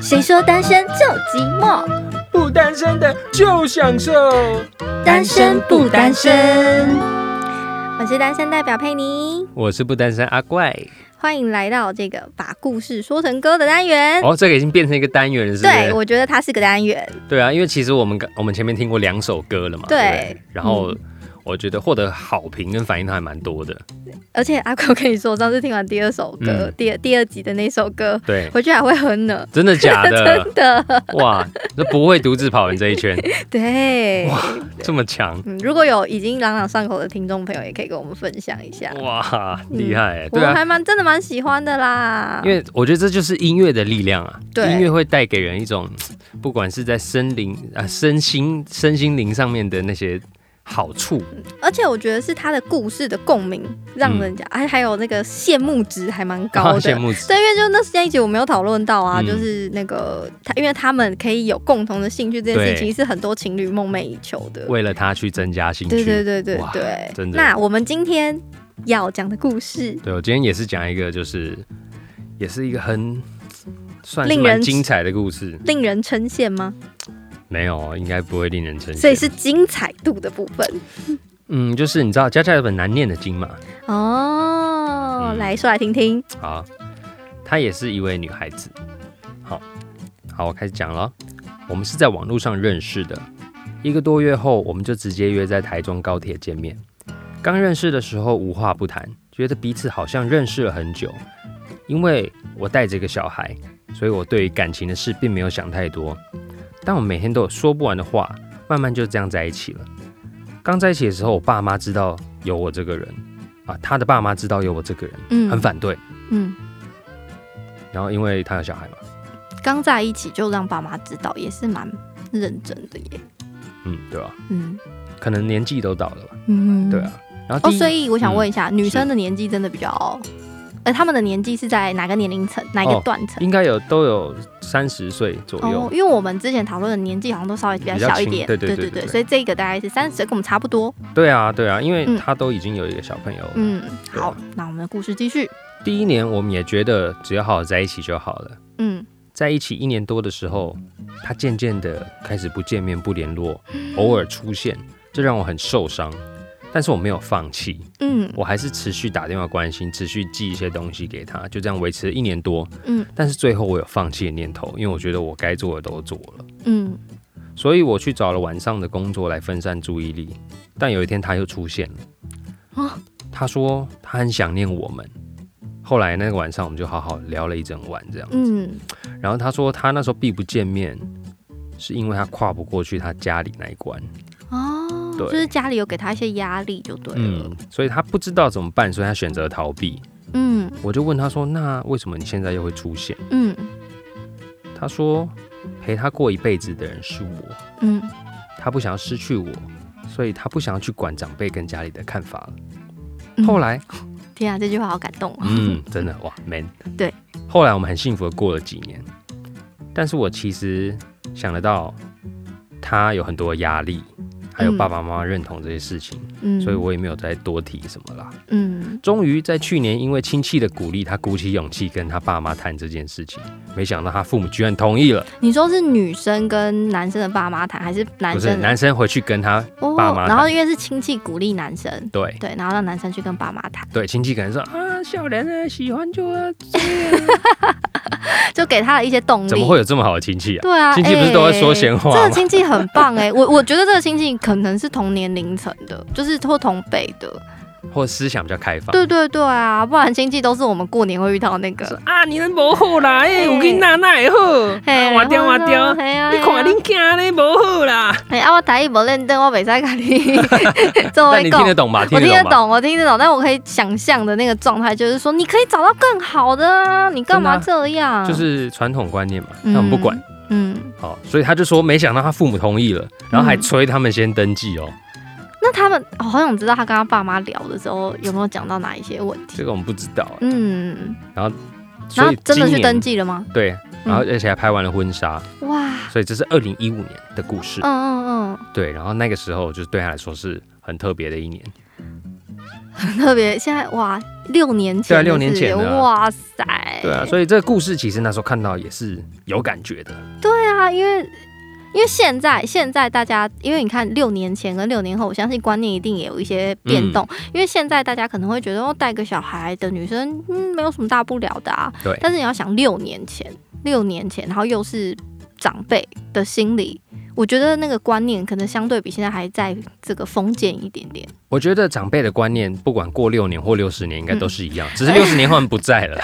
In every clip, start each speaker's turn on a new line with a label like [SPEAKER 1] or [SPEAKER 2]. [SPEAKER 1] 谁说单身就寂寞？
[SPEAKER 2] 不单身的就享受。
[SPEAKER 1] 单身不单身？我是单身代表佩妮，
[SPEAKER 2] 我是不单身阿怪。
[SPEAKER 1] 欢迎来到这个把故事说成歌的单元。
[SPEAKER 2] 哦，这个已经变成一个单元了，是不是？
[SPEAKER 1] 嗯对，我觉得它是个单元。
[SPEAKER 2] 对啊，因为其实我们刚我们前面听过两首歌了嘛，
[SPEAKER 1] 对嗯
[SPEAKER 2] 对不对然后我觉得获得好评跟反应都还蛮多的，
[SPEAKER 1] 而且阿狗跟你说，我上次听完第二首歌，
[SPEAKER 2] 嗯
[SPEAKER 1] 第二第二集的那首歌，
[SPEAKER 2] 对，
[SPEAKER 1] 回去还会哼呢。
[SPEAKER 2] 真的假的
[SPEAKER 1] 真？ 的，
[SPEAKER 2] 哇，那不会独自跑完这一圈，
[SPEAKER 1] 对。
[SPEAKER 2] 这么强，
[SPEAKER 1] 嗯，如果有已经朗朗上口的听众朋友，也可以跟我们分享一下。
[SPEAKER 2] 哇，厉
[SPEAKER 1] 嗯
[SPEAKER 2] 害，
[SPEAKER 1] 我
[SPEAKER 2] 哦对
[SPEAKER 1] 们
[SPEAKER 2] 啊。
[SPEAKER 1] 还蛮真的蛮喜欢的啦。
[SPEAKER 2] 因为我觉得这就是音乐的力量啊，
[SPEAKER 1] 对
[SPEAKER 2] 音乐会带给人一种，不管是在身灵啊、身心、身心灵上面的那些好处，
[SPEAKER 1] 而且我觉得是他的故事的共鸣，让人家哎、还有那个羡慕值还蛮高的。
[SPEAKER 2] 嗯啊 羡慕死
[SPEAKER 1] 对，因为就那时间一集我没有讨论到啊，
[SPEAKER 2] 嗯
[SPEAKER 1] 就是那个他，因为他们可以有共同的兴趣这件事情，
[SPEAKER 2] 对
[SPEAKER 1] 其实是很多情侣梦寐以求的。
[SPEAKER 2] 为了他去增加兴趣。
[SPEAKER 1] 对对对对
[SPEAKER 2] 哇
[SPEAKER 1] 对，
[SPEAKER 2] 真的
[SPEAKER 1] 那我们今天要讲的故事，
[SPEAKER 2] 对我今天也是讲一个，就是也是一个很算是
[SPEAKER 1] 令
[SPEAKER 2] 蛮
[SPEAKER 1] 人
[SPEAKER 2] 精彩的故事，
[SPEAKER 1] 令人称羡吗？
[SPEAKER 2] 没有，应该不会令人称羡。
[SPEAKER 1] 所以是精彩度的部分
[SPEAKER 2] 嗯，就是你知道家家有本难念的经嘛，
[SPEAKER 1] 哦。
[SPEAKER 2] 嗯
[SPEAKER 1] 来说来听听，
[SPEAKER 2] 好，她也是一位女孩子。好，好，我开始讲了。我们是在网络上认识的，一个多月后，我们就直接约在台中高铁见面。刚认识的时候无话不谈，觉得彼此好像认识了很久。因为我带着一个小孩，所以我对于感情的事并没有想太多。但我们每天都有说不完的话，慢慢就这样在一起了。刚在一起的时候，我爸妈知道有我这个人啊，他的爸妈知道有我这个人，
[SPEAKER 1] 嗯
[SPEAKER 2] 很反对。
[SPEAKER 1] 嗯，
[SPEAKER 2] 然后因为他有小孩嘛，
[SPEAKER 1] 刚在一起就让爸妈知道，也是蛮认真的耶。
[SPEAKER 2] 嗯，对吧？
[SPEAKER 1] 嗯
[SPEAKER 2] 可能年纪都到了吧，
[SPEAKER 1] 嗯，
[SPEAKER 2] 对。啊。然后
[SPEAKER 1] 哦，
[SPEAKER 2] 第一，嗯
[SPEAKER 1] 所以我想问一下，女
[SPEAKER 2] 是
[SPEAKER 1] 生的年纪真的比较，呃，他们的年纪是在哪个年龄层，哪一个
[SPEAKER 2] 哦
[SPEAKER 1] 段层？哦
[SPEAKER 2] 应该有都有三十岁左右，
[SPEAKER 1] 因为我们之前讨论的年纪好像都稍微比较
[SPEAKER 2] 比较
[SPEAKER 1] 小一
[SPEAKER 2] 轻
[SPEAKER 1] 点，
[SPEAKER 2] 对对
[SPEAKER 1] 对
[SPEAKER 2] 对对对
[SPEAKER 1] 所以这个大概是三十岁，跟我们差不多。
[SPEAKER 2] 对啊，对啊，因为
[SPEAKER 1] 嗯
[SPEAKER 2] 他都已经有一个小朋友了。
[SPEAKER 1] 嗯，
[SPEAKER 2] 对
[SPEAKER 1] 好，那我们的故事继续。
[SPEAKER 2] 第一年我们也觉得只要好好在一起就好了，
[SPEAKER 1] 嗯，
[SPEAKER 2] 在一起一年多的时候，他渐渐的开始不见面、不联络，
[SPEAKER 1] 嗯
[SPEAKER 2] 偶尔出现，这让我很受伤。但是我没有放弃，
[SPEAKER 1] 嗯
[SPEAKER 2] 我还是持续打电话关心，持续寄一些东西给他，就这样维持了一年多。
[SPEAKER 1] 嗯
[SPEAKER 2] 但是最后我有放弃的念头，因为我觉得我该做的都做了，
[SPEAKER 1] 嗯
[SPEAKER 2] 所以我去找了晚上的工作来分散注意力。但有一天他又出现了，
[SPEAKER 1] 啊
[SPEAKER 2] 他说他很想念我们。后来那个晚上我们就好好聊了一整晚这样，
[SPEAKER 1] 嗯，
[SPEAKER 2] 然后他说他那时候避不见面，是因为他跨不过去他家里那一关，
[SPEAKER 1] 哦，
[SPEAKER 2] 对
[SPEAKER 1] 就是家里有给他一些压力就对了
[SPEAKER 2] 嗯。，所以他不知道怎么办，所以他选择逃避。
[SPEAKER 1] 嗯
[SPEAKER 2] 我就问他说，那为什么你现在又会出现？
[SPEAKER 1] 嗯
[SPEAKER 2] 他说陪他过一辈子的人是我。
[SPEAKER 1] 嗯
[SPEAKER 2] 他不想要失去我，所以他不想要去管长辈跟家里的看法了。
[SPEAKER 1] 嗯
[SPEAKER 2] 后来，
[SPEAKER 1] 天啊，这句话好感动哦。
[SPEAKER 2] 嗯，真的哇，man。
[SPEAKER 1] 对，
[SPEAKER 2] 后来我们很幸福的过了几年，但是我其实想得到，他有很多压力，还有
[SPEAKER 1] 嗯
[SPEAKER 2] 爸爸妈妈认同这些事情，
[SPEAKER 1] 嗯，
[SPEAKER 2] 所以我也没有再多提什么啦。
[SPEAKER 1] 嗯
[SPEAKER 2] 终于在去年，因为亲戚的鼓励，他鼓起勇气跟他爸妈谈这件事情，没想到他父母居然同意了。
[SPEAKER 1] 你说是女生跟男生的爸妈谈，还是男
[SPEAKER 2] 不是
[SPEAKER 1] 生啊的
[SPEAKER 2] 男生回去跟他
[SPEAKER 1] 哦
[SPEAKER 2] 爸妈谈
[SPEAKER 1] 然后因为是亲戚鼓励男生，
[SPEAKER 2] 对
[SPEAKER 1] 对，然后让男生去跟爸妈谈，
[SPEAKER 2] 对亲戚可能说啊，小莲啊，喜欢就啊，
[SPEAKER 1] 就给他了一些动力。
[SPEAKER 2] 怎么会有这么好的亲戚啊？
[SPEAKER 1] 对啊，
[SPEAKER 2] 亲戚不是都会说闲话吗
[SPEAKER 1] 欸这个亲戚很棒哎、我我觉得这个亲戚可能是同年龄层的，就是或同辈的。
[SPEAKER 2] 或思想比较开放。
[SPEAKER 1] 嗯对对对啊，不然亲戚都是我们过年会遇到那 个。
[SPEAKER 2] 啊，你们无好啦，
[SPEAKER 3] 欸
[SPEAKER 2] 哎、
[SPEAKER 1] 嘿
[SPEAKER 2] 有囡仔哪会好？啊换掉换掉，
[SPEAKER 1] 嘿啊，
[SPEAKER 2] 你看恁囝咧无好啦。
[SPEAKER 1] 哎啊，我台语不认真，我袂使跟你 做
[SPEAKER 2] 但
[SPEAKER 1] 会
[SPEAKER 2] 你听
[SPEAKER 1] 讲
[SPEAKER 2] 得。懂吧？
[SPEAKER 1] 我听得
[SPEAKER 2] 懂吧？
[SPEAKER 1] 懂，我听得懂，但我可以想象的那个状态就是说，你可以找到更好的啊，你干嘛
[SPEAKER 2] 真
[SPEAKER 1] 这样？
[SPEAKER 2] 就是传统观念嘛，那我们不管。
[SPEAKER 1] 嗯，
[SPEAKER 2] 好、哦所以他就说，没想到他父母同意了，然后还催他们先登记哦。
[SPEAKER 1] 嗯那他们，我、好想知道他跟他爸妈聊的时候有没有讲到哪一些问题
[SPEAKER 2] 这。个我们不知道。欸
[SPEAKER 1] 嗯，然
[SPEAKER 2] 所
[SPEAKER 1] 后
[SPEAKER 2] 以
[SPEAKER 1] 真的
[SPEAKER 2] 今
[SPEAKER 1] 去
[SPEAKER 2] 年
[SPEAKER 1] 登记了吗？
[SPEAKER 2] 对，然后
[SPEAKER 1] 嗯
[SPEAKER 2] 而且还拍完了婚纱，
[SPEAKER 1] 哇，
[SPEAKER 2] 所以这是二零一五年的故事。
[SPEAKER 1] 嗯嗯哎
[SPEAKER 2] 对，然后那个时候就是对他来说是很特别的一年。
[SPEAKER 1] 嗯，很特别。现在哇，六年前
[SPEAKER 2] 对啊
[SPEAKER 1] 的
[SPEAKER 2] 六年
[SPEAKER 1] 事情
[SPEAKER 2] 前的啊
[SPEAKER 1] 哇塞，
[SPEAKER 2] 对啊，所以这个故事其实那时候看到也是有感觉的，
[SPEAKER 1] 对啊，因为因为现在现在大家，因为你看六年前跟六年后，我相信观念一定也有一些变动。
[SPEAKER 2] 嗯
[SPEAKER 1] 因为现在大家可能会觉得，哦，带个小孩的女生，嗯，没有什么大不了的啊。
[SPEAKER 2] 对
[SPEAKER 1] 但是你要想六年前，六年前，然后又是长辈的心理。我觉得那个观念可能相对比现在还在这个封建一点点，
[SPEAKER 2] 我觉得长辈的观念，不管过六年或六十年，应该都是一样，只是
[SPEAKER 1] 哎
[SPEAKER 2] 六十年后他们不在 了。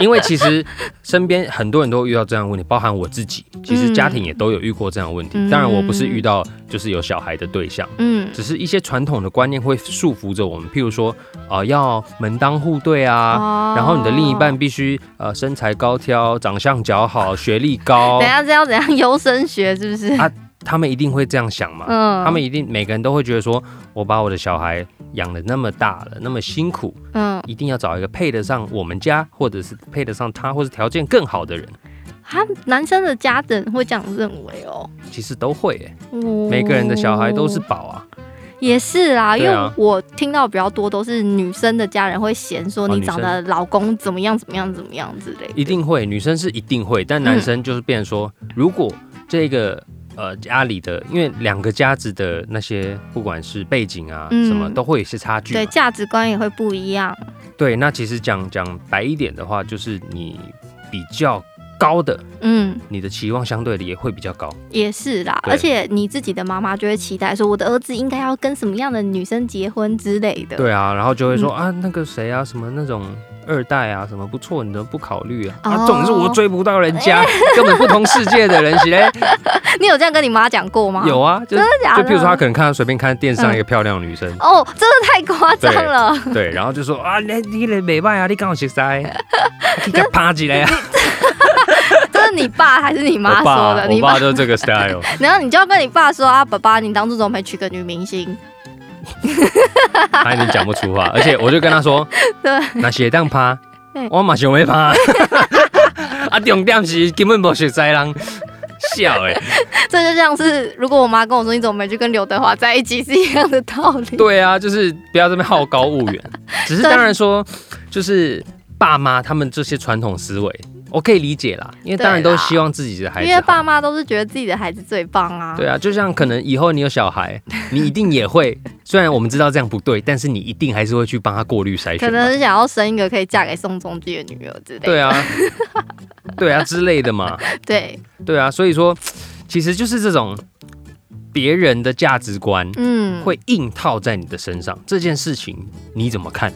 [SPEAKER 2] 因为其实身边很多人都遇到这样的问题，包含我自己，其实家庭也都有遇过这样的问题。
[SPEAKER 1] 嗯
[SPEAKER 2] 当然，我不是遇到就是有小孩的对象，
[SPEAKER 1] 嗯，
[SPEAKER 2] 只是一些传统的观念会束缚着我们，譬如说，呃，要门当户对啊，
[SPEAKER 1] 哦
[SPEAKER 2] 然后你的另一半必须呃身材高挑、长相姣好、学历高
[SPEAKER 1] 等，下这要怎样优生学是不是？
[SPEAKER 2] 哦啊他们一定会这样想嘛。
[SPEAKER 1] 嗯
[SPEAKER 2] 他们一定每个人都会觉得说，我把我的小孩养的那么大了，那么辛苦，
[SPEAKER 1] 嗯，
[SPEAKER 2] 一定要找一个配得上我们家，或者是配得上他，或是条件更好的人。
[SPEAKER 1] 他男生的家长会这样认为哦，
[SPEAKER 2] 其实都会、欸，
[SPEAKER 1] 哦
[SPEAKER 2] 每个人的小孩都是宝啊。
[SPEAKER 1] 也是啦，因
[SPEAKER 2] 对
[SPEAKER 1] 为
[SPEAKER 2] 啊
[SPEAKER 1] 我听到比较多都是女生的家人会嫌说
[SPEAKER 2] 哦
[SPEAKER 1] 你
[SPEAKER 2] 女
[SPEAKER 1] 长得老公怎么样怎么样怎么样之类的，
[SPEAKER 2] 一定会，女生是一定会，但男生就是变成说，如果这个呃家里的，因为两个家子的那些不管是背景啊、
[SPEAKER 1] 嗯
[SPEAKER 2] 什么，都会有一些差距嘛。
[SPEAKER 1] 对价值观也会不一样。
[SPEAKER 2] 对，那其实讲讲白一点的话，就是你比较高的，
[SPEAKER 1] 嗯，
[SPEAKER 2] 你的期望相对的也会比较高。
[SPEAKER 1] 也是啦，
[SPEAKER 2] 对
[SPEAKER 1] 而且你自己的妈妈就会期待说，我的儿子应该要跟什么样的女生结婚之类的。，嗯
[SPEAKER 2] 对啊，然后就会说、啊，那个谁啊，什么那种二代啊，什么不错，你怎么不考虑啊？啊，
[SPEAKER 1] 哦
[SPEAKER 2] 总之我追不到人 家，根本不同世界的人，谁
[SPEAKER 1] 你有这样跟你妈讲过吗？
[SPEAKER 2] 有啊？就
[SPEAKER 1] 真的假
[SPEAKER 2] 就
[SPEAKER 1] 的？嗯
[SPEAKER 2] 譬如说，他可能看到随便看电视上一个漂亮的 女生，
[SPEAKER 1] 哦，真的太夸张
[SPEAKER 2] 对
[SPEAKER 1] 了。
[SPEAKER 2] 对，然后就说啊，你你的美败啊，你刚好学塞， 你给趴起来啊！
[SPEAKER 1] 这是你爸还是你妈
[SPEAKER 2] 我
[SPEAKER 1] 说的？
[SPEAKER 2] 爸，
[SPEAKER 1] 你
[SPEAKER 2] 我爸就是这 个 style，
[SPEAKER 1] 然后你就要跟你爸说啊，爸爸，你当初怎么没娶个女明星？
[SPEAKER 2] 他已经讲不出话，而且我就跟他说，
[SPEAKER 1] 对，
[SPEAKER 2] 那鞋 当趴
[SPEAKER 1] 对，
[SPEAKER 2] 我马上会趴， 啊，重点是根本不学塞人，笑哎。
[SPEAKER 1] 这就像是如果我妈跟我说你怎么没去跟刘德华在一起是一样的道理。
[SPEAKER 2] 对啊，就是不要这么好高 骛远。只是
[SPEAKER 1] 对
[SPEAKER 2] 当然说，就是爸妈他们这些传统思维，我可以理解啦，因为当然
[SPEAKER 1] 对
[SPEAKER 2] 都
[SPEAKER 1] 啦
[SPEAKER 2] 希望自己的孩
[SPEAKER 1] 因为
[SPEAKER 2] 子好。
[SPEAKER 1] 爸妈都是觉得自己的孩子最棒啊。
[SPEAKER 2] 对啊，就像可能以后你有小孩，你一定也会。 虽然我们知道这样不对，但是你一定还是会去帮他过滤筛
[SPEAKER 1] 可
[SPEAKER 2] 选
[SPEAKER 1] 能
[SPEAKER 2] 吧。
[SPEAKER 1] 是想要生一个可以嫁给宋仲基的女儿之类的。
[SPEAKER 2] 对啊，对啊之类的嘛。
[SPEAKER 1] 对，
[SPEAKER 2] 对啊，所以说，其实就是这种别人的价值观
[SPEAKER 1] 嗯，
[SPEAKER 2] 会硬套在你的身上，这件事情你怎么看？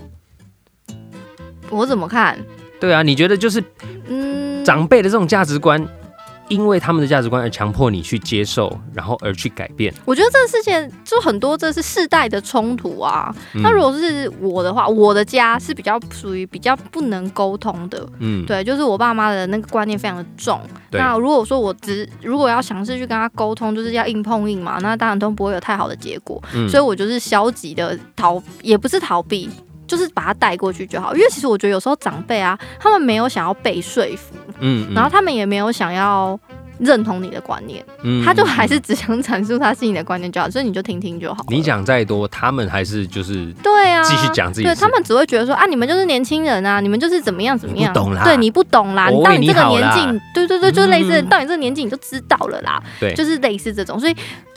[SPEAKER 1] 我怎么看？
[SPEAKER 2] 对啊，你觉得就是
[SPEAKER 1] 嗯，
[SPEAKER 2] 长辈的这种价值观，因为他们的价值观而强迫你去接受，然后而去改变。
[SPEAKER 1] 我觉得这个事情就很多，这是世代的冲突啊。
[SPEAKER 2] 嗯
[SPEAKER 1] 那如果是我的话，我的家是比较属于比较不能沟通的，
[SPEAKER 2] 嗯，
[SPEAKER 1] 对，就是我爸妈的那个观念非常的重。
[SPEAKER 2] 对
[SPEAKER 1] 那如果说我只如果要尝试去跟他沟通，就是要硬碰硬嘛，那当然都不会有太好的结果。
[SPEAKER 2] 嗯
[SPEAKER 1] 所以我就是消极的逃，也不是逃避，就是把他带过去就好。因为其实我觉得有时候长辈啊，他们没有想要被说服，
[SPEAKER 2] 嗯
[SPEAKER 1] 然后他们也没有想要。认同你的观念，
[SPEAKER 2] 嗯
[SPEAKER 1] 他就还是只想阐述他心里的观念就好，所以你就听听就好了。
[SPEAKER 2] 你讲再多，他们还是就是
[SPEAKER 1] 对啊，
[SPEAKER 2] 继续讲自己
[SPEAKER 1] 对
[SPEAKER 2] 的事
[SPEAKER 1] 他们只会觉得说啊，你们就是年轻人啊，你们就是怎么样怎么样，
[SPEAKER 2] 你不懂啦
[SPEAKER 1] 对你不懂啦，
[SPEAKER 2] 我
[SPEAKER 1] 到
[SPEAKER 2] 为
[SPEAKER 1] 你
[SPEAKER 2] 你
[SPEAKER 1] 这个
[SPEAKER 2] 好
[SPEAKER 1] 年
[SPEAKER 2] 啦
[SPEAKER 1] 纪，对对对，就是类似、
[SPEAKER 2] 嗯
[SPEAKER 1] 到你这个年纪你就知道了啦，
[SPEAKER 2] 对
[SPEAKER 1] 就是类似这种，所以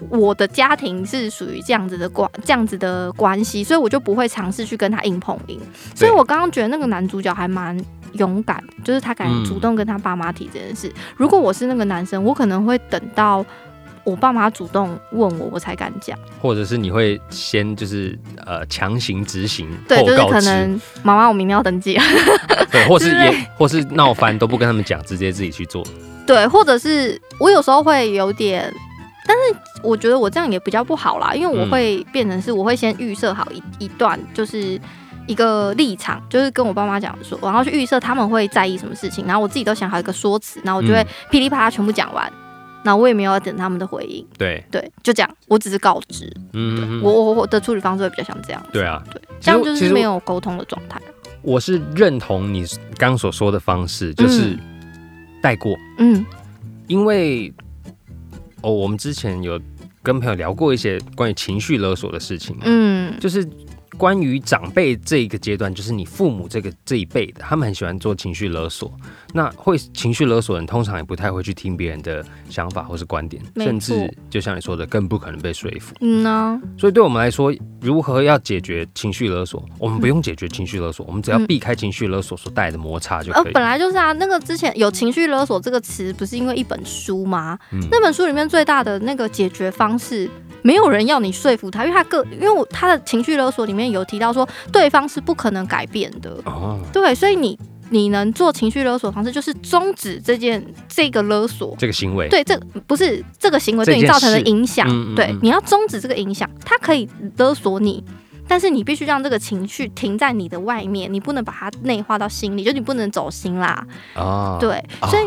[SPEAKER 1] 我的家庭是属于这样子的关这样子的关系，所以我就不会尝试去跟他硬碰硬，所以我刚刚觉得那个男主角还蛮。勇敢，就是他敢
[SPEAKER 2] 嗯
[SPEAKER 1] 主动跟他爸妈提这件事。如果我是那个男生，我可能会等到我爸妈主动问我，我才敢讲。
[SPEAKER 2] 或者是你会先就是呃强行执行
[SPEAKER 1] 对，
[SPEAKER 2] 后
[SPEAKER 1] 就是
[SPEAKER 2] 告
[SPEAKER 1] 可
[SPEAKER 2] 知，
[SPEAKER 1] 能妈妈，我明天要登记了。
[SPEAKER 2] 对，或是
[SPEAKER 1] 之类
[SPEAKER 2] 也或是闹翻都不跟他们讲，直接自己去做。
[SPEAKER 1] 对，或者是我有时候会有点，但是我觉得我这样也比较不好啦，因为我
[SPEAKER 2] 嗯
[SPEAKER 1] 会变成是我会先预设好一一段，就是一个立场，就是跟我爸妈讲说，然后去预设他们会在意什么事情，然后我自己都想好一个说辞，哦然后我就会
[SPEAKER 2] 嗯
[SPEAKER 1] 噼里啪啦全部讲完。那我也没有要等他们的回应，
[SPEAKER 2] 对，
[SPEAKER 1] 对，就这样，我只是告知，
[SPEAKER 2] 嗯，
[SPEAKER 1] 我我我的处理方式会比较像这样，
[SPEAKER 2] 对啊，
[SPEAKER 1] 对，这
[SPEAKER 2] 其实
[SPEAKER 1] 样
[SPEAKER 2] 我
[SPEAKER 1] 就
[SPEAKER 2] 其
[SPEAKER 1] 是
[SPEAKER 2] 实
[SPEAKER 1] 没
[SPEAKER 2] 我
[SPEAKER 1] 有沟通的状态，啊
[SPEAKER 2] 我是认同你刚所说的方式，就是带过。
[SPEAKER 1] 嗯
[SPEAKER 2] 因为哦，我们之前有跟朋友聊过一些关于情绪勒索的事情，
[SPEAKER 1] 嗯
[SPEAKER 2] 就是关于长辈这一个阶段，就是你父母这个这一辈的，他们很喜欢做情绪勒索。那会情绪勒索的人，通常也不太会去听别人的想法或是观点，
[SPEAKER 1] 没错
[SPEAKER 2] 甚至就像你说的，更不可能被说服。
[SPEAKER 1] 嗯呢、
[SPEAKER 2] 所以对我们来说，如何要解决情绪勒索？我们不用解决情绪勒索，我们只要
[SPEAKER 1] 嗯
[SPEAKER 2] 避开情绪勒索所带来的摩擦就
[SPEAKER 1] 呃
[SPEAKER 2] 可以，
[SPEAKER 1] 本。来就是啊，那个之前有“情绪勒索”这个词，不是因为一本书吗？
[SPEAKER 2] 嗯
[SPEAKER 1] 哦那本书里面最大的那个解决方式，没有人要你说服他，因为他个，因为我他的情绪勒索里面有提到说，对方是不可能改变的，
[SPEAKER 2] 哦，
[SPEAKER 1] 对，所以你你能做情绪勒索的方式，就是终止这件这个勒索。
[SPEAKER 2] 这个行为，
[SPEAKER 1] 对，这不是这个行为
[SPEAKER 2] 这
[SPEAKER 1] 对你
[SPEAKER 2] 件
[SPEAKER 1] 造成的
[SPEAKER 2] 事
[SPEAKER 1] 影响，
[SPEAKER 2] 嗯嗯
[SPEAKER 1] 对
[SPEAKER 2] 嗯，
[SPEAKER 1] 你要终止这个影响，它可以勒索你。但是你必须让这个情绪停在你的外面，你不能把它内化到心里，就你不能走心啦。
[SPEAKER 2] 啊，
[SPEAKER 1] 对，
[SPEAKER 2] 啊
[SPEAKER 1] 所以、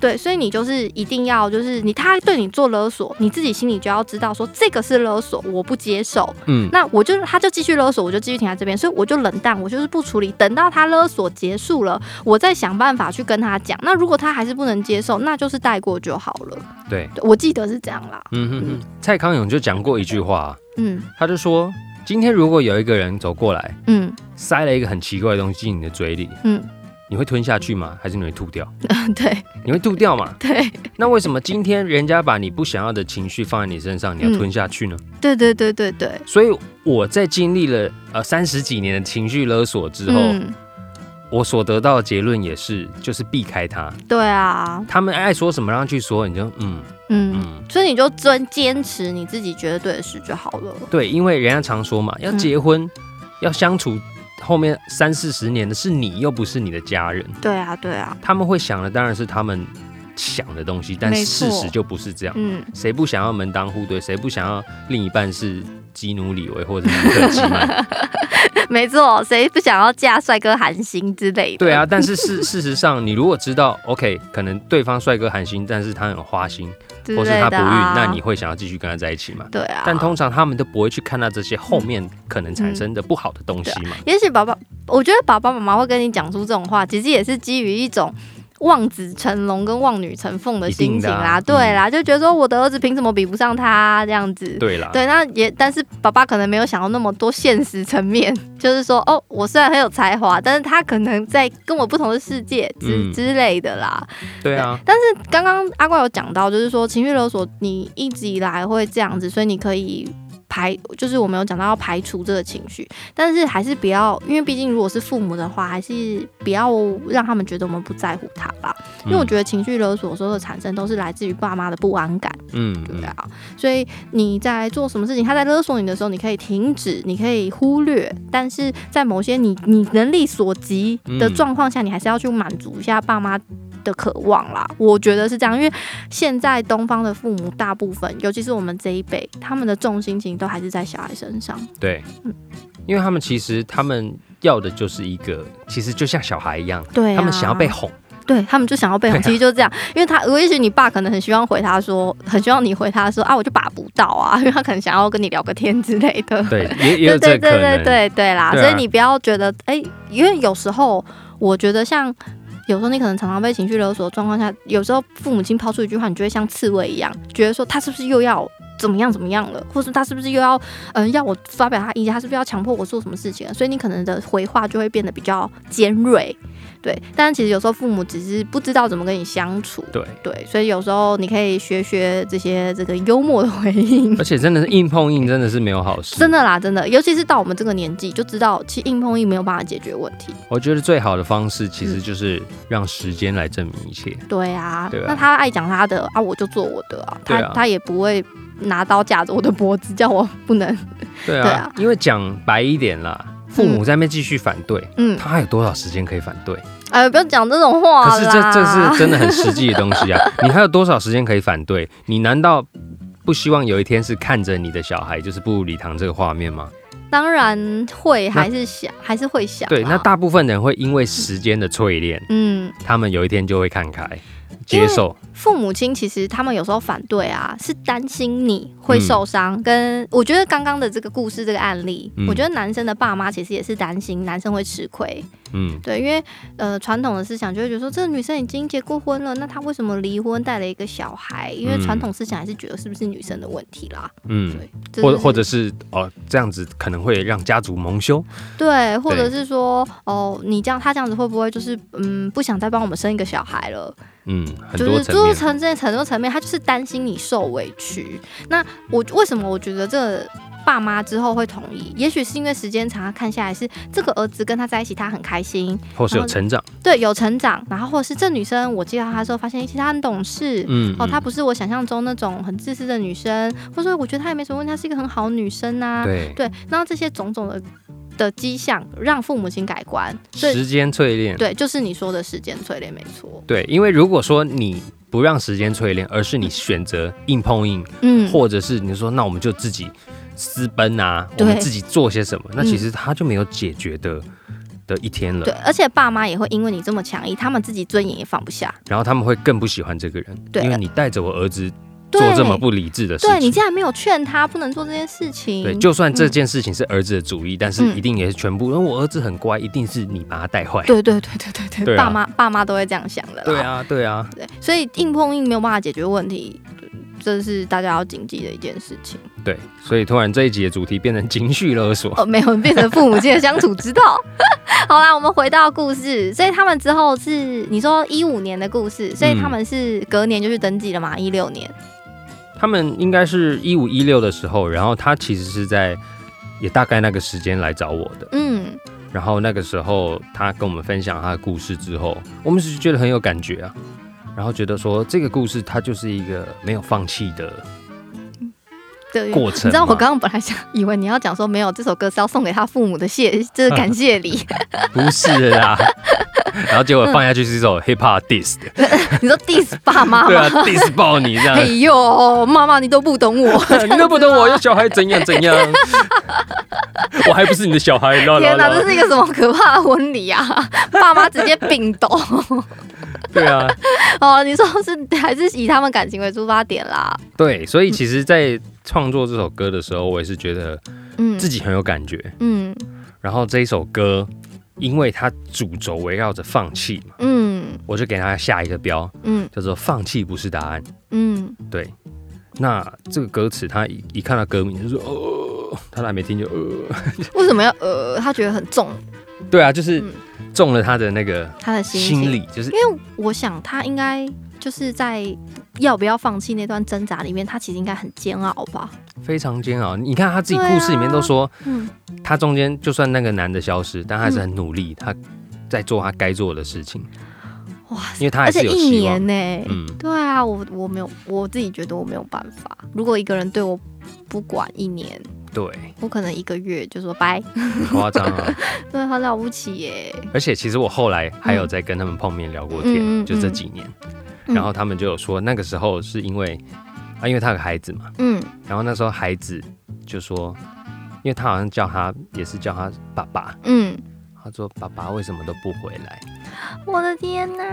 [SPEAKER 1] 对，所以你就是一定要，就是你他对你做勒索，你自己心里就要知道说这个是勒索，我不接受。
[SPEAKER 2] 嗯，
[SPEAKER 1] 那我就他就继续勒索，我就继续停在这边，所以我就冷淡，我就是不处理，等到他勒索结束了，我再想办法去跟他讲。那如果他还是不能接受，那就是带过就好了。
[SPEAKER 2] 对，
[SPEAKER 1] 对我记得是这样啦。
[SPEAKER 2] 嗯哼哼，蔡康永就讲过一句话啊、
[SPEAKER 1] 嗯
[SPEAKER 2] 他就说，今天如果有一个人走过来，
[SPEAKER 1] 嗯
[SPEAKER 2] 塞了一个很奇怪的东西进你的嘴里，
[SPEAKER 1] 嗯，
[SPEAKER 2] 你会吞下去吗？还是你会吐掉？
[SPEAKER 1] 对
[SPEAKER 2] 你会吐掉嘛？
[SPEAKER 1] 对
[SPEAKER 2] 那为什么今天人家把你不想要的情绪放在你身上，你要
[SPEAKER 1] 嗯
[SPEAKER 2] 吞下去呢？
[SPEAKER 1] 对对对对对。
[SPEAKER 2] 所以我在经历了呃三十几年的情绪勒索之后，
[SPEAKER 1] 嗯，
[SPEAKER 2] 我所得到的结论也是，就是避开他。
[SPEAKER 1] 对啊，
[SPEAKER 2] 他们爱说什么让他去说，你就嗯
[SPEAKER 1] 嗯，
[SPEAKER 2] 嗯，
[SPEAKER 1] 所以你就真坚持你自己觉得对的事就好了。
[SPEAKER 2] 对，因为人家常说嘛，要
[SPEAKER 1] 嗯
[SPEAKER 2] 结婚，要相处后面三四十年的是你，又不是你的家人。
[SPEAKER 1] 对啊，对啊，
[SPEAKER 2] 他们会想的当然是他们想的东西，但
[SPEAKER 1] 没错
[SPEAKER 2] 事实就不是这样。
[SPEAKER 1] 嗯，
[SPEAKER 2] 谁不想要门当户对？谁不想要另一半是基努里维或者是尼克基 曼？
[SPEAKER 1] 没错，谁不想要嫁帅哥韩星之类的？
[SPEAKER 2] 对啊，但是事事实上，你如果知道，OK，可能对方帅哥寒心，但是他很花心，
[SPEAKER 1] 之类的啊，
[SPEAKER 2] 或是他不孕，那你会想要继续跟他在一起吗？
[SPEAKER 1] 对啊，嗯
[SPEAKER 2] 但通常他们都不会去看到这些后面可能产生的不好的东西嘛。
[SPEAKER 1] 也许爸爸，我觉得爸爸妈妈会跟你讲出这种话，其实也是基于一种。望子成龙跟望女成凤的心
[SPEAKER 2] 一定
[SPEAKER 1] 情
[SPEAKER 2] 的
[SPEAKER 1] 啦，
[SPEAKER 2] 啊
[SPEAKER 1] 对啦，就觉得说我的儿子凭什么比不上他、这样子，
[SPEAKER 2] 对啦，
[SPEAKER 1] 对，那也，但是爸爸可能没有想到那么多现实层面， 就是说，哦，我虽然很有才华，但是他可能在跟我不同的世界之、
[SPEAKER 2] 嗯
[SPEAKER 1] 之类的啦，
[SPEAKER 2] 对啊，
[SPEAKER 1] 但是刚刚阿怪有讲到，就是说情绪勒索，你一直以来会这样子，所以你可以排，就是我们有讲到要排除这个情绪，但是还是不要，因为毕竟如果是父母的话，还是不要让他们觉得我们不在乎他吧。因
[SPEAKER 2] 嗯
[SPEAKER 1] 为我觉得情绪勒索所有的产生都是来自于爸妈的不安感，
[SPEAKER 2] 嗯
[SPEAKER 1] 对
[SPEAKER 2] 嗯
[SPEAKER 1] 啊。所以你在做什么事情，他在勒索你的时候，你可以停止，你可以忽略，但是在某些你你能力所及的
[SPEAKER 2] 嗯
[SPEAKER 1] 状况下，你还是要去满足一下爸妈的渴望啦。我觉得是这样，因为现在东方的父母大部分，尤其是我们这一辈，他们的重心其实都还是在小孩身上。
[SPEAKER 2] 对
[SPEAKER 1] 嗯，
[SPEAKER 2] 因为他们其实他们要的就是一个，其实就像小孩一样，
[SPEAKER 1] 对、啊，
[SPEAKER 2] 他们想要 被哄，
[SPEAKER 1] 对他们就想要被
[SPEAKER 2] 对
[SPEAKER 1] 哄，
[SPEAKER 2] 啊
[SPEAKER 1] 其实就是这样，因为他，我也许你爸可能很希望回他说，很希望你回他说啊，我就把不到啊，因为他可能想要跟你聊个天之类的。
[SPEAKER 2] 对，也也有这
[SPEAKER 1] 对对
[SPEAKER 2] 个可
[SPEAKER 1] 对
[SPEAKER 2] 能，
[SPEAKER 1] 对对对啦，
[SPEAKER 2] 对啊
[SPEAKER 1] 所以你不要觉得哎、因为有时候我觉得像。有时候你可能常常被情绪勒索的状况下，有时候父母亲抛出一句话，你就会像刺猬一样，觉得说他是不是又要怎么样怎么样了，或是他是不是又要嗯、呃要我发表他意见，他是不是要强迫我做什么事情了？所以你可能的回话就会变得比较尖锐，对。但其实有时候父母只是不知道怎么跟你相处，
[SPEAKER 2] 对
[SPEAKER 1] 对，所以有时候你可以学学这些这个幽默的回应。
[SPEAKER 2] 而且真的是硬碰硬，真的是没有好事。
[SPEAKER 1] 真的啦，真的，尤其是到我们这个年纪，就知道其实硬碰硬没有办法解决问题。
[SPEAKER 2] 我觉得最好的方式其实就是让时间来证明一切。
[SPEAKER 1] 对啊，
[SPEAKER 2] 对啊
[SPEAKER 1] 那他爱讲他的啊，我就做我的啊，他
[SPEAKER 2] 对啊
[SPEAKER 1] 他也不会拿刀架着我的脖子叫我不能。
[SPEAKER 2] 对啊，
[SPEAKER 1] 对啊
[SPEAKER 2] 因为讲白一点啦，父母在那边继续反对，
[SPEAKER 1] 嗯，
[SPEAKER 2] 他还有多少时间可以反对？
[SPEAKER 1] 哎呦，不要讲这种话
[SPEAKER 2] 可是这
[SPEAKER 1] 啦。
[SPEAKER 2] 这是真的很实际的东 西啊！你还有多少时间可以反对？你难道不希望有一天是看着你的小孩就是步入礼堂这个画面吗？
[SPEAKER 1] 当然会还是想，还是会想啦。
[SPEAKER 2] 对，那大部分人会因为时间的淬炼，
[SPEAKER 1] 嗯，
[SPEAKER 2] 他们有一天就会看开，接受。
[SPEAKER 1] 父母亲其实他们有时候反对啊，是担心你会受伤。跟我觉得刚刚的这个故事这个案例，
[SPEAKER 2] 嗯
[SPEAKER 1] 我觉得男生的爸妈其实也是担心男生会吃亏，
[SPEAKER 2] 嗯，
[SPEAKER 1] 对，因为呃，传统的思想就会觉得说，这个女生已经结过婚了，那她为什么离婚带了一个小孩？因为
[SPEAKER 2] 嗯
[SPEAKER 1] 传统思想还是觉得是不是女生的问题啦，
[SPEAKER 2] 嗯，
[SPEAKER 1] 对，这
[SPEAKER 2] 或
[SPEAKER 1] 就是
[SPEAKER 2] 或者是哦，这样子可能会让家族蒙羞。
[SPEAKER 1] 对，或者是说哦，你这样她这样子会不会就是嗯不想再帮我们生一个小孩了？
[SPEAKER 2] 嗯，很
[SPEAKER 1] 就
[SPEAKER 2] 多
[SPEAKER 1] 是
[SPEAKER 2] 层面。
[SPEAKER 1] 层这很多层面，她就是担心你受委屈。那我为什么我觉得这个爸妈之后会同意？也许是因为时间长，看下来是这个儿子跟他在一起，他很开心，
[SPEAKER 2] 或是有成长，
[SPEAKER 1] 对，有成长，然后或者是这女生，我介绍她的时候发现，其实她很懂事。
[SPEAKER 2] 嗯，
[SPEAKER 1] 哦，她
[SPEAKER 2] 嗯
[SPEAKER 1] 不是我想象中那种很自私的女生，或者说我觉得她也没什么问题，她是一个很好的女生呐、
[SPEAKER 2] 对，
[SPEAKER 1] 对，然后这些种种的的迹象，让父母亲改观。所以
[SPEAKER 2] 时间淬炼，
[SPEAKER 1] 对，就是你说的时间淬炼，没错。
[SPEAKER 2] 对，因为如果说你不让时间淬炼，而是你选择硬碰硬，
[SPEAKER 1] 嗯，
[SPEAKER 2] 或者是你说那我们就自己私奔啊，我们
[SPEAKER 1] 对
[SPEAKER 2] 自己做些什么，那
[SPEAKER 1] 嗯
[SPEAKER 2] 其实他就没有解决的的一天
[SPEAKER 1] 对
[SPEAKER 2] 了。，
[SPEAKER 1] 而且爸妈也会因为你这么强硬，他们自己尊严也放不下。
[SPEAKER 2] 然后他们会更不喜欢这个人，
[SPEAKER 1] 对
[SPEAKER 2] 因为你带着我儿子
[SPEAKER 1] 对
[SPEAKER 2] 做，这么不理智的事
[SPEAKER 1] 对你
[SPEAKER 2] 情。
[SPEAKER 1] 竟然没有劝他不能做这件事情。
[SPEAKER 2] 对，就算这件事情是儿子的主意，但是
[SPEAKER 1] 嗯
[SPEAKER 2] 一定也是全部，因为我儿子很乖，一定是你把他带坏。
[SPEAKER 1] 对对对对对对，
[SPEAKER 2] 对啊
[SPEAKER 1] 爸妈爸妈都会这样想的啦。
[SPEAKER 2] 对啊，对啊，
[SPEAKER 1] 对，所以硬碰硬没有办法解决问题，这是大家要谨记的一件事情。
[SPEAKER 2] 对，所以突然这一集的主题变成情绪勒索。
[SPEAKER 1] 哦，没有变成父母间的相处之道。 好啦，我们回到故事，所以他们之后是你说一五年的故事，所以他们是隔年就去登记了嘛？一六年，
[SPEAKER 2] 他们应该是一五一六的时候，然后他其实是在也大概那个时间来找我的。
[SPEAKER 1] 嗯，
[SPEAKER 2] 然后那个时候他跟我们分享他的故事之后，我们是觉得很有感觉啊，然后觉得说这个故事它就是一个没有放弃的
[SPEAKER 1] 对。啊
[SPEAKER 2] 过程嘛。
[SPEAKER 1] 你知道我刚刚本来想以为你要讲说没有这首歌是要送给他父母的谢，就是感谢礼。
[SPEAKER 2] 不是啦，然后结果放下去是一首 hip hop diss 的，
[SPEAKER 1] 你说 diss 爸妈
[SPEAKER 2] 对
[SPEAKER 1] 吗？
[SPEAKER 2] 啊 diss 爆你这样
[SPEAKER 1] 哎，呦，妈妈你都不懂 我，
[SPEAKER 2] 你都不懂我要小孩怎样怎 样，我还不是你的小孩，啦啦
[SPEAKER 1] 天哪，
[SPEAKER 2] 啦
[SPEAKER 1] 这，是一个什么可怕的婚礼啊！ 爸妈直接病倒。
[SPEAKER 2] 对啊，
[SPEAKER 1] 哦，你说是还是以他们感情为出发点啦？
[SPEAKER 2] 对，所以其实，在创作这首歌的时候，我也是觉得
[SPEAKER 1] 嗯
[SPEAKER 2] 自己很有感觉。
[SPEAKER 1] 嗯
[SPEAKER 2] 然后这一首歌，因为它主轴围绕着放弃嘛，
[SPEAKER 1] 嗯
[SPEAKER 2] 我就给它下一个标，
[SPEAKER 1] 嗯
[SPEAKER 2] 叫做“放弃不是答案
[SPEAKER 1] 嗯，”。
[SPEAKER 2] 对，那这个歌词，他一一看到歌名就说：“哦，他还没听就呃。
[SPEAKER 1] 为什么要呃？他觉得很重”
[SPEAKER 2] 对啊，就是
[SPEAKER 1] 嗯
[SPEAKER 2] 中了他的那个
[SPEAKER 1] 他的心情。
[SPEAKER 2] 心理，就是
[SPEAKER 1] 因为我想他应该就是在要不要放弃那段挣扎里面，他其实应该很煎熬吧？
[SPEAKER 2] 非常煎熬。你看他自己
[SPEAKER 1] 对啊
[SPEAKER 2] 故事里面都说，
[SPEAKER 1] 嗯
[SPEAKER 2] 他中间就算那个男的消失，但他还是很努力，他在做他该做的事情，
[SPEAKER 1] 哇，
[SPEAKER 2] 因为他还
[SPEAKER 1] 而
[SPEAKER 2] 是
[SPEAKER 1] 且
[SPEAKER 2] 有
[SPEAKER 1] 一
[SPEAKER 2] 希
[SPEAKER 1] 年。
[SPEAKER 2] 望
[SPEAKER 1] 呢、
[SPEAKER 2] 嗯，
[SPEAKER 1] 对啊，我我没有，我自己觉得我没有办法。如果一个人对我不管一年，
[SPEAKER 2] 对。
[SPEAKER 1] 我可能一个月就说拜，
[SPEAKER 2] 夸张啊！
[SPEAKER 1] 对，很了不起耶、
[SPEAKER 2] 而且其实我后来还有在跟他们碰面聊过天，
[SPEAKER 1] 嗯嗯
[SPEAKER 2] 就这几年，
[SPEAKER 1] 嗯
[SPEAKER 2] 然后他们就有说那个时候是因为啊，因为他有个孩子嘛，
[SPEAKER 1] 嗯，
[SPEAKER 2] 然后那时候孩子就说，因为他好像叫他也是叫他爸爸，
[SPEAKER 1] 嗯，
[SPEAKER 2] 他说爸爸为什么都不回来？
[SPEAKER 1] 我的天哪、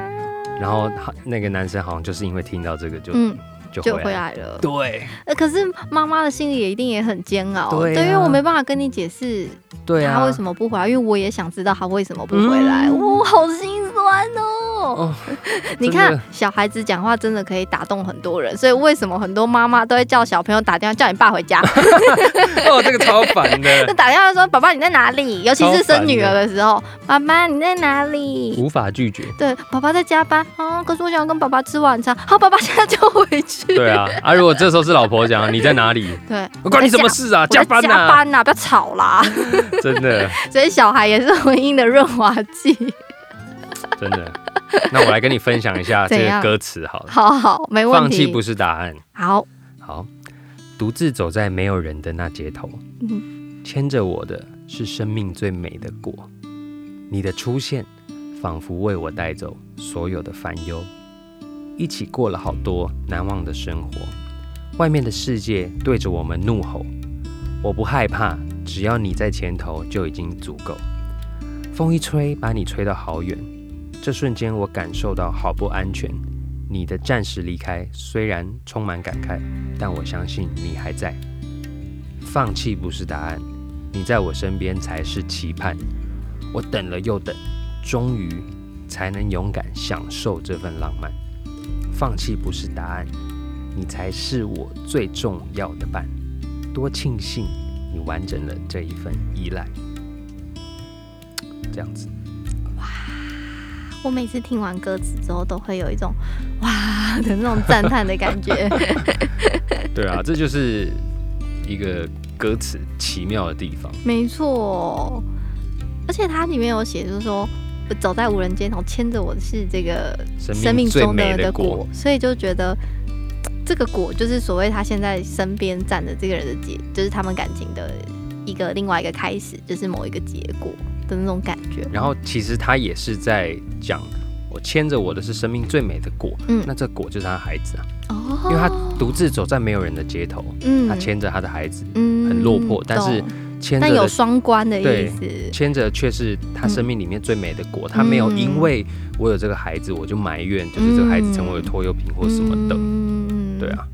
[SPEAKER 2] 然后他那个男生好像就是因为听到这个就、
[SPEAKER 1] 嗯，
[SPEAKER 2] 就
[SPEAKER 1] 就
[SPEAKER 2] 回
[SPEAKER 1] 回
[SPEAKER 2] 来了。
[SPEAKER 1] 来了。
[SPEAKER 2] 对
[SPEAKER 1] 呃，可是妈妈的心里也一定也很煎熬，
[SPEAKER 2] 对啊
[SPEAKER 1] 因为我没办法跟你解释
[SPEAKER 2] 对啊，
[SPEAKER 1] 她为什
[SPEAKER 2] 么？
[SPEAKER 1] 么不回来，因为我也想知道她为什么不回来，我、好心酸哦。
[SPEAKER 2] 哦，
[SPEAKER 1] 你看，小孩子讲话真的可以打动很多人，所以为什么很多妈妈都会叫小朋友打电话叫你爸回 家，
[SPEAKER 2] 哦，这个超烦
[SPEAKER 1] 就
[SPEAKER 2] 的，
[SPEAKER 1] 打电话说爸爸你在哪里？尤其是生女儿的时候，爸爸你在哪里？
[SPEAKER 2] 无法拒绝。
[SPEAKER 1] 对，爸爸在加班啊，可是我想要跟爸爸吃晚餐。好，爸爸现在就回去。
[SPEAKER 2] 对啊，啊，如果这时候是老婆讲你在哪里，
[SPEAKER 1] 对，
[SPEAKER 2] 我管你什么事啊，
[SPEAKER 1] 我在
[SPEAKER 2] 加班
[SPEAKER 1] 加
[SPEAKER 2] 呐、
[SPEAKER 1] 班呐、不要吵 啦。
[SPEAKER 2] 真的。
[SPEAKER 1] 所以小孩也是婚姻的润滑剂。
[SPEAKER 2] 真的。那我来跟你分享一下 这
[SPEAKER 1] 怎
[SPEAKER 2] 个
[SPEAKER 1] 样
[SPEAKER 2] 歌词好了。
[SPEAKER 1] 好好，没问
[SPEAKER 2] 放
[SPEAKER 1] 题。
[SPEAKER 2] 弃不是答案。
[SPEAKER 1] 好，
[SPEAKER 2] 好，独自走在没有人的那街头，牵着我的是生命最美的果。你的出现，仿佛为我带走所有的烦忧。一起过了好多难忘的生活，外面的世界对着我们怒吼，我不害怕，只要你在前头就已经足够。风一吹，把你吹到好远，这瞬间我感受到好不安全。你的暂时离开虽然充满感慨，但我相信你还在。放弃不是答案，你在我身边才是期盼。我等了又等，终于才能勇敢享受这份浪漫。放弃不是答案，你才是我最重要的伴。多庆幸你完整了这一份依赖。这样子，
[SPEAKER 1] 我每次听完歌词之后，都会有一种哇的那种赞叹的感 觉。
[SPEAKER 2] 对啊，这就是一个歌词奇妙的地方。
[SPEAKER 1] 没错，而且它里面有写，就是说我走在无人街头，牵着我的是这个生命
[SPEAKER 2] 最
[SPEAKER 1] 中
[SPEAKER 2] 美
[SPEAKER 1] 的
[SPEAKER 2] 果
[SPEAKER 1] 果，，所以就觉得这个果就是所谓他现在身边站着这个人的结，就是他们感情的一个另外一个开始，就是某一个结果的那种感觉。
[SPEAKER 2] 然后其实他也是在讲，我牵着我的是生命最美的果，
[SPEAKER 1] 嗯
[SPEAKER 2] 那这果就是他的孩子啊，
[SPEAKER 1] 哦，
[SPEAKER 2] 因为他独自走在没有人的街头，
[SPEAKER 1] 嗯
[SPEAKER 2] 他牵着他的孩子，
[SPEAKER 1] 嗯
[SPEAKER 2] 很落魄但是
[SPEAKER 1] 懂
[SPEAKER 2] 牵着
[SPEAKER 1] 但有
[SPEAKER 2] 的
[SPEAKER 1] 双关的
[SPEAKER 2] 对
[SPEAKER 1] 意思。
[SPEAKER 2] 牵着却是他生命里面最美的果，他没有因为我有这个孩子我就埋怨，就是这个孩子成为了拖油瓶或什么的，
[SPEAKER 1] 嗯
[SPEAKER 2] 对，啊，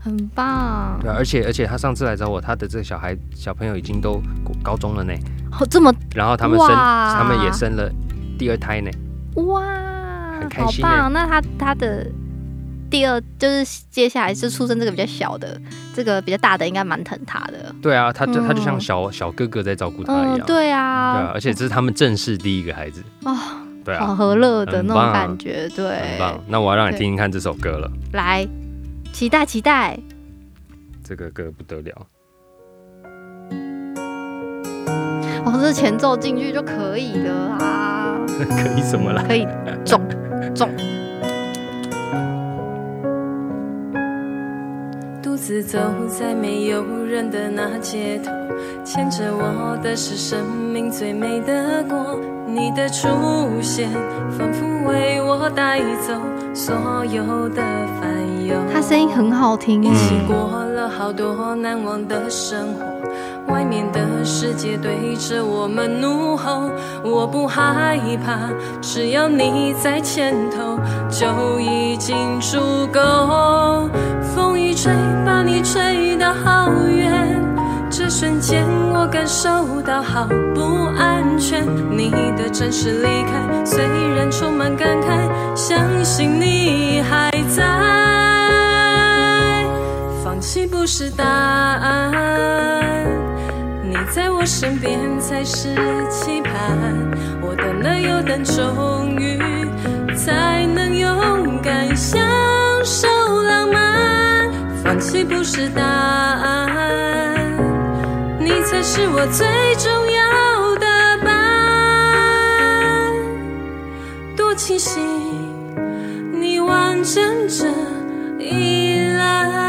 [SPEAKER 1] 很棒。
[SPEAKER 2] 对啊，而且而且他上次来找我，他的这个小孩小朋友已经都高中了呢，
[SPEAKER 1] 哦，这么
[SPEAKER 2] 然后他们生
[SPEAKER 1] 哇
[SPEAKER 2] 他们也生了第二胎呢，
[SPEAKER 1] 哇，
[SPEAKER 2] 很开
[SPEAKER 1] 好
[SPEAKER 2] 心欸
[SPEAKER 1] 棒！那他他的第二就是接下来是出生这个比较小的，这个比较大的应该蛮疼他的。
[SPEAKER 2] 对啊，他就他就像
[SPEAKER 1] 嗯
[SPEAKER 2] 小小哥哥在照顾他一
[SPEAKER 1] 嗯，
[SPEAKER 2] 样，
[SPEAKER 1] 对啊，
[SPEAKER 2] 对啊，而且这是他们正式第一个孩子，
[SPEAKER 1] 哦，
[SPEAKER 2] 对
[SPEAKER 1] 好
[SPEAKER 2] 啊，
[SPEAKER 1] 和乐的
[SPEAKER 2] 很
[SPEAKER 1] 那
[SPEAKER 2] 棒
[SPEAKER 1] 种
[SPEAKER 2] 啊
[SPEAKER 1] 感觉，对
[SPEAKER 2] 很，棒。那我要让你
[SPEAKER 1] 对
[SPEAKER 2] 听听看这首歌了，
[SPEAKER 1] 来，期待期待，
[SPEAKER 2] 这个歌不得了，
[SPEAKER 1] 哦，这前奏进去就可以了啊，
[SPEAKER 2] 可以什么啦？
[SPEAKER 1] 可以中中，
[SPEAKER 3] 独自走在没有人的那街头，牵着我的是生命最美的果。你的出现，仿佛为我带走所有的烦忧。
[SPEAKER 1] 他声音很好听
[SPEAKER 3] 哎一起
[SPEAKER 2] 嗯
[SPEAKER 1] 哎，
[SPEAKER 3] 过了好多难忘的生活，外面的世界对着我们怒吼，我不害怕，只要你在前头，就已经足够。风一吹，把你吹到好远，这瞬间我感受到好不安全。你的暂时离开，虽然充满感慨，相信你还在。放弃不是答案，你在我身边才是期盼。我等了又等，终于才能勇敢享受浪漫。放弃不是答案，你才是我最重要的伴。多庆幸。你完整着依赖。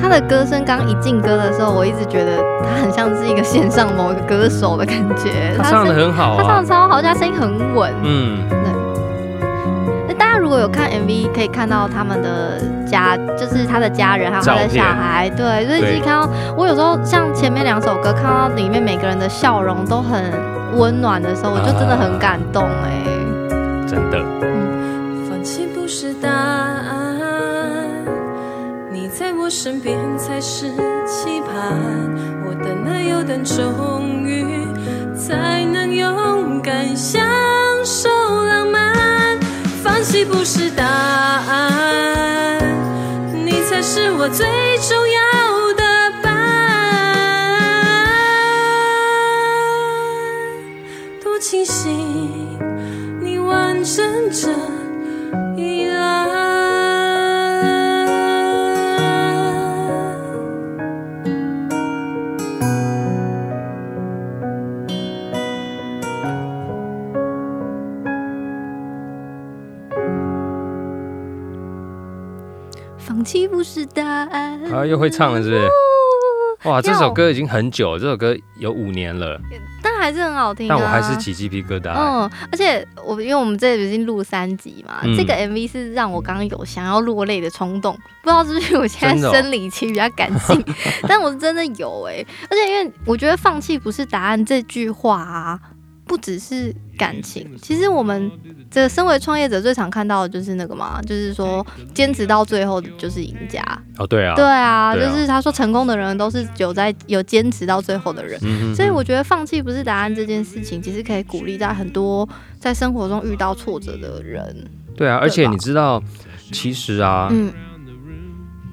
[SPEAKER 1] 他的歌声刚一进歌的时候，我一直觉得他很像是一个线上某一个歌手的感觉，
[SPEAKER 2] 他唱的
[SPEAKER 1] 声
[SPEAKER 2] 很好
[SPEAKER 1] 他唱
[SPEAKER 2] 啊
[SPEAKER 1] 的，超好，而且他声音很稳，
[SPEAKER 2] 嗯，
[SPEAKER 1] 那大家如果有看 MV，可以看到他们的家，就是他的家人还有他的小孩，对，所以
[SPEAKER 2] 对
[SPEAKER 1] 其实看到我有时候像前面两首歌，看到里面每个人的笑容都很温暖的时候，我就真的很感动哎、
[SPEAKER 2] 真的。
[SPEAKER 3] 放弃不是答案，你在我身边才是期盼。我等了又等，终于才能勇敢享受浪漫。放弃不是答案，你才是我最重要的伴。多庆幸你完整着依赖。
[SPEAKER 1] 放弃不是答案。
[SPEAKER 2] 啊，又会唱了是不
[SPEAKER 1] 哦
[SPEAKER 2] 是？哇，这首歌已经很久，这首歌有五年了，
[SPEAKER 1] 但还是很好听、啊。
[SPEAKER 2] 但我还是起鸡皮疙瘩欸。
[SPEAKER 1] 嗯，而且我因为我们这已经录三集嘛，
[SPEAKER 2] 嗯
[SPEAKER 1] 这个 MV 是让我刚刚有想要落泪的冲动，不知道是不是我现
[SPEAKER 2] 真的
[SPEAKER 1] 在
[SPEAKER 2] 哦
[SPEAKER 1] 生理期比较感 性，欸但我是真的有哎、而且因为我觉得放弃不是答案这句话啊。不只是感情，其实我们这身为创业者最常看到的就是那个嘛，就是说坚持到最后的就是赢家。
[SPEAKER 2] 哦，对啊，
[SPEAKER 1] 对啊，
[SPEAKER 2] 对啊
[SPEAKER 1] 就是他说成功的人都是有在有坚持到最后的人。
[SPEAKER 2] 嗯，嗯
[SPEAKER 1] 所以
[SPEAKER 2] 嗯
[SPEAKER 1] 我觉得放弃不是答案这件事情，其实可以鼓励在很多在生活中遇到挫折的人。
[SPEAKER 2] 对啊，而且
[SPEAKER 1] 吧
[SPEAKER 2] 你知道，其实啊，
[SPEAKER 1] 嗯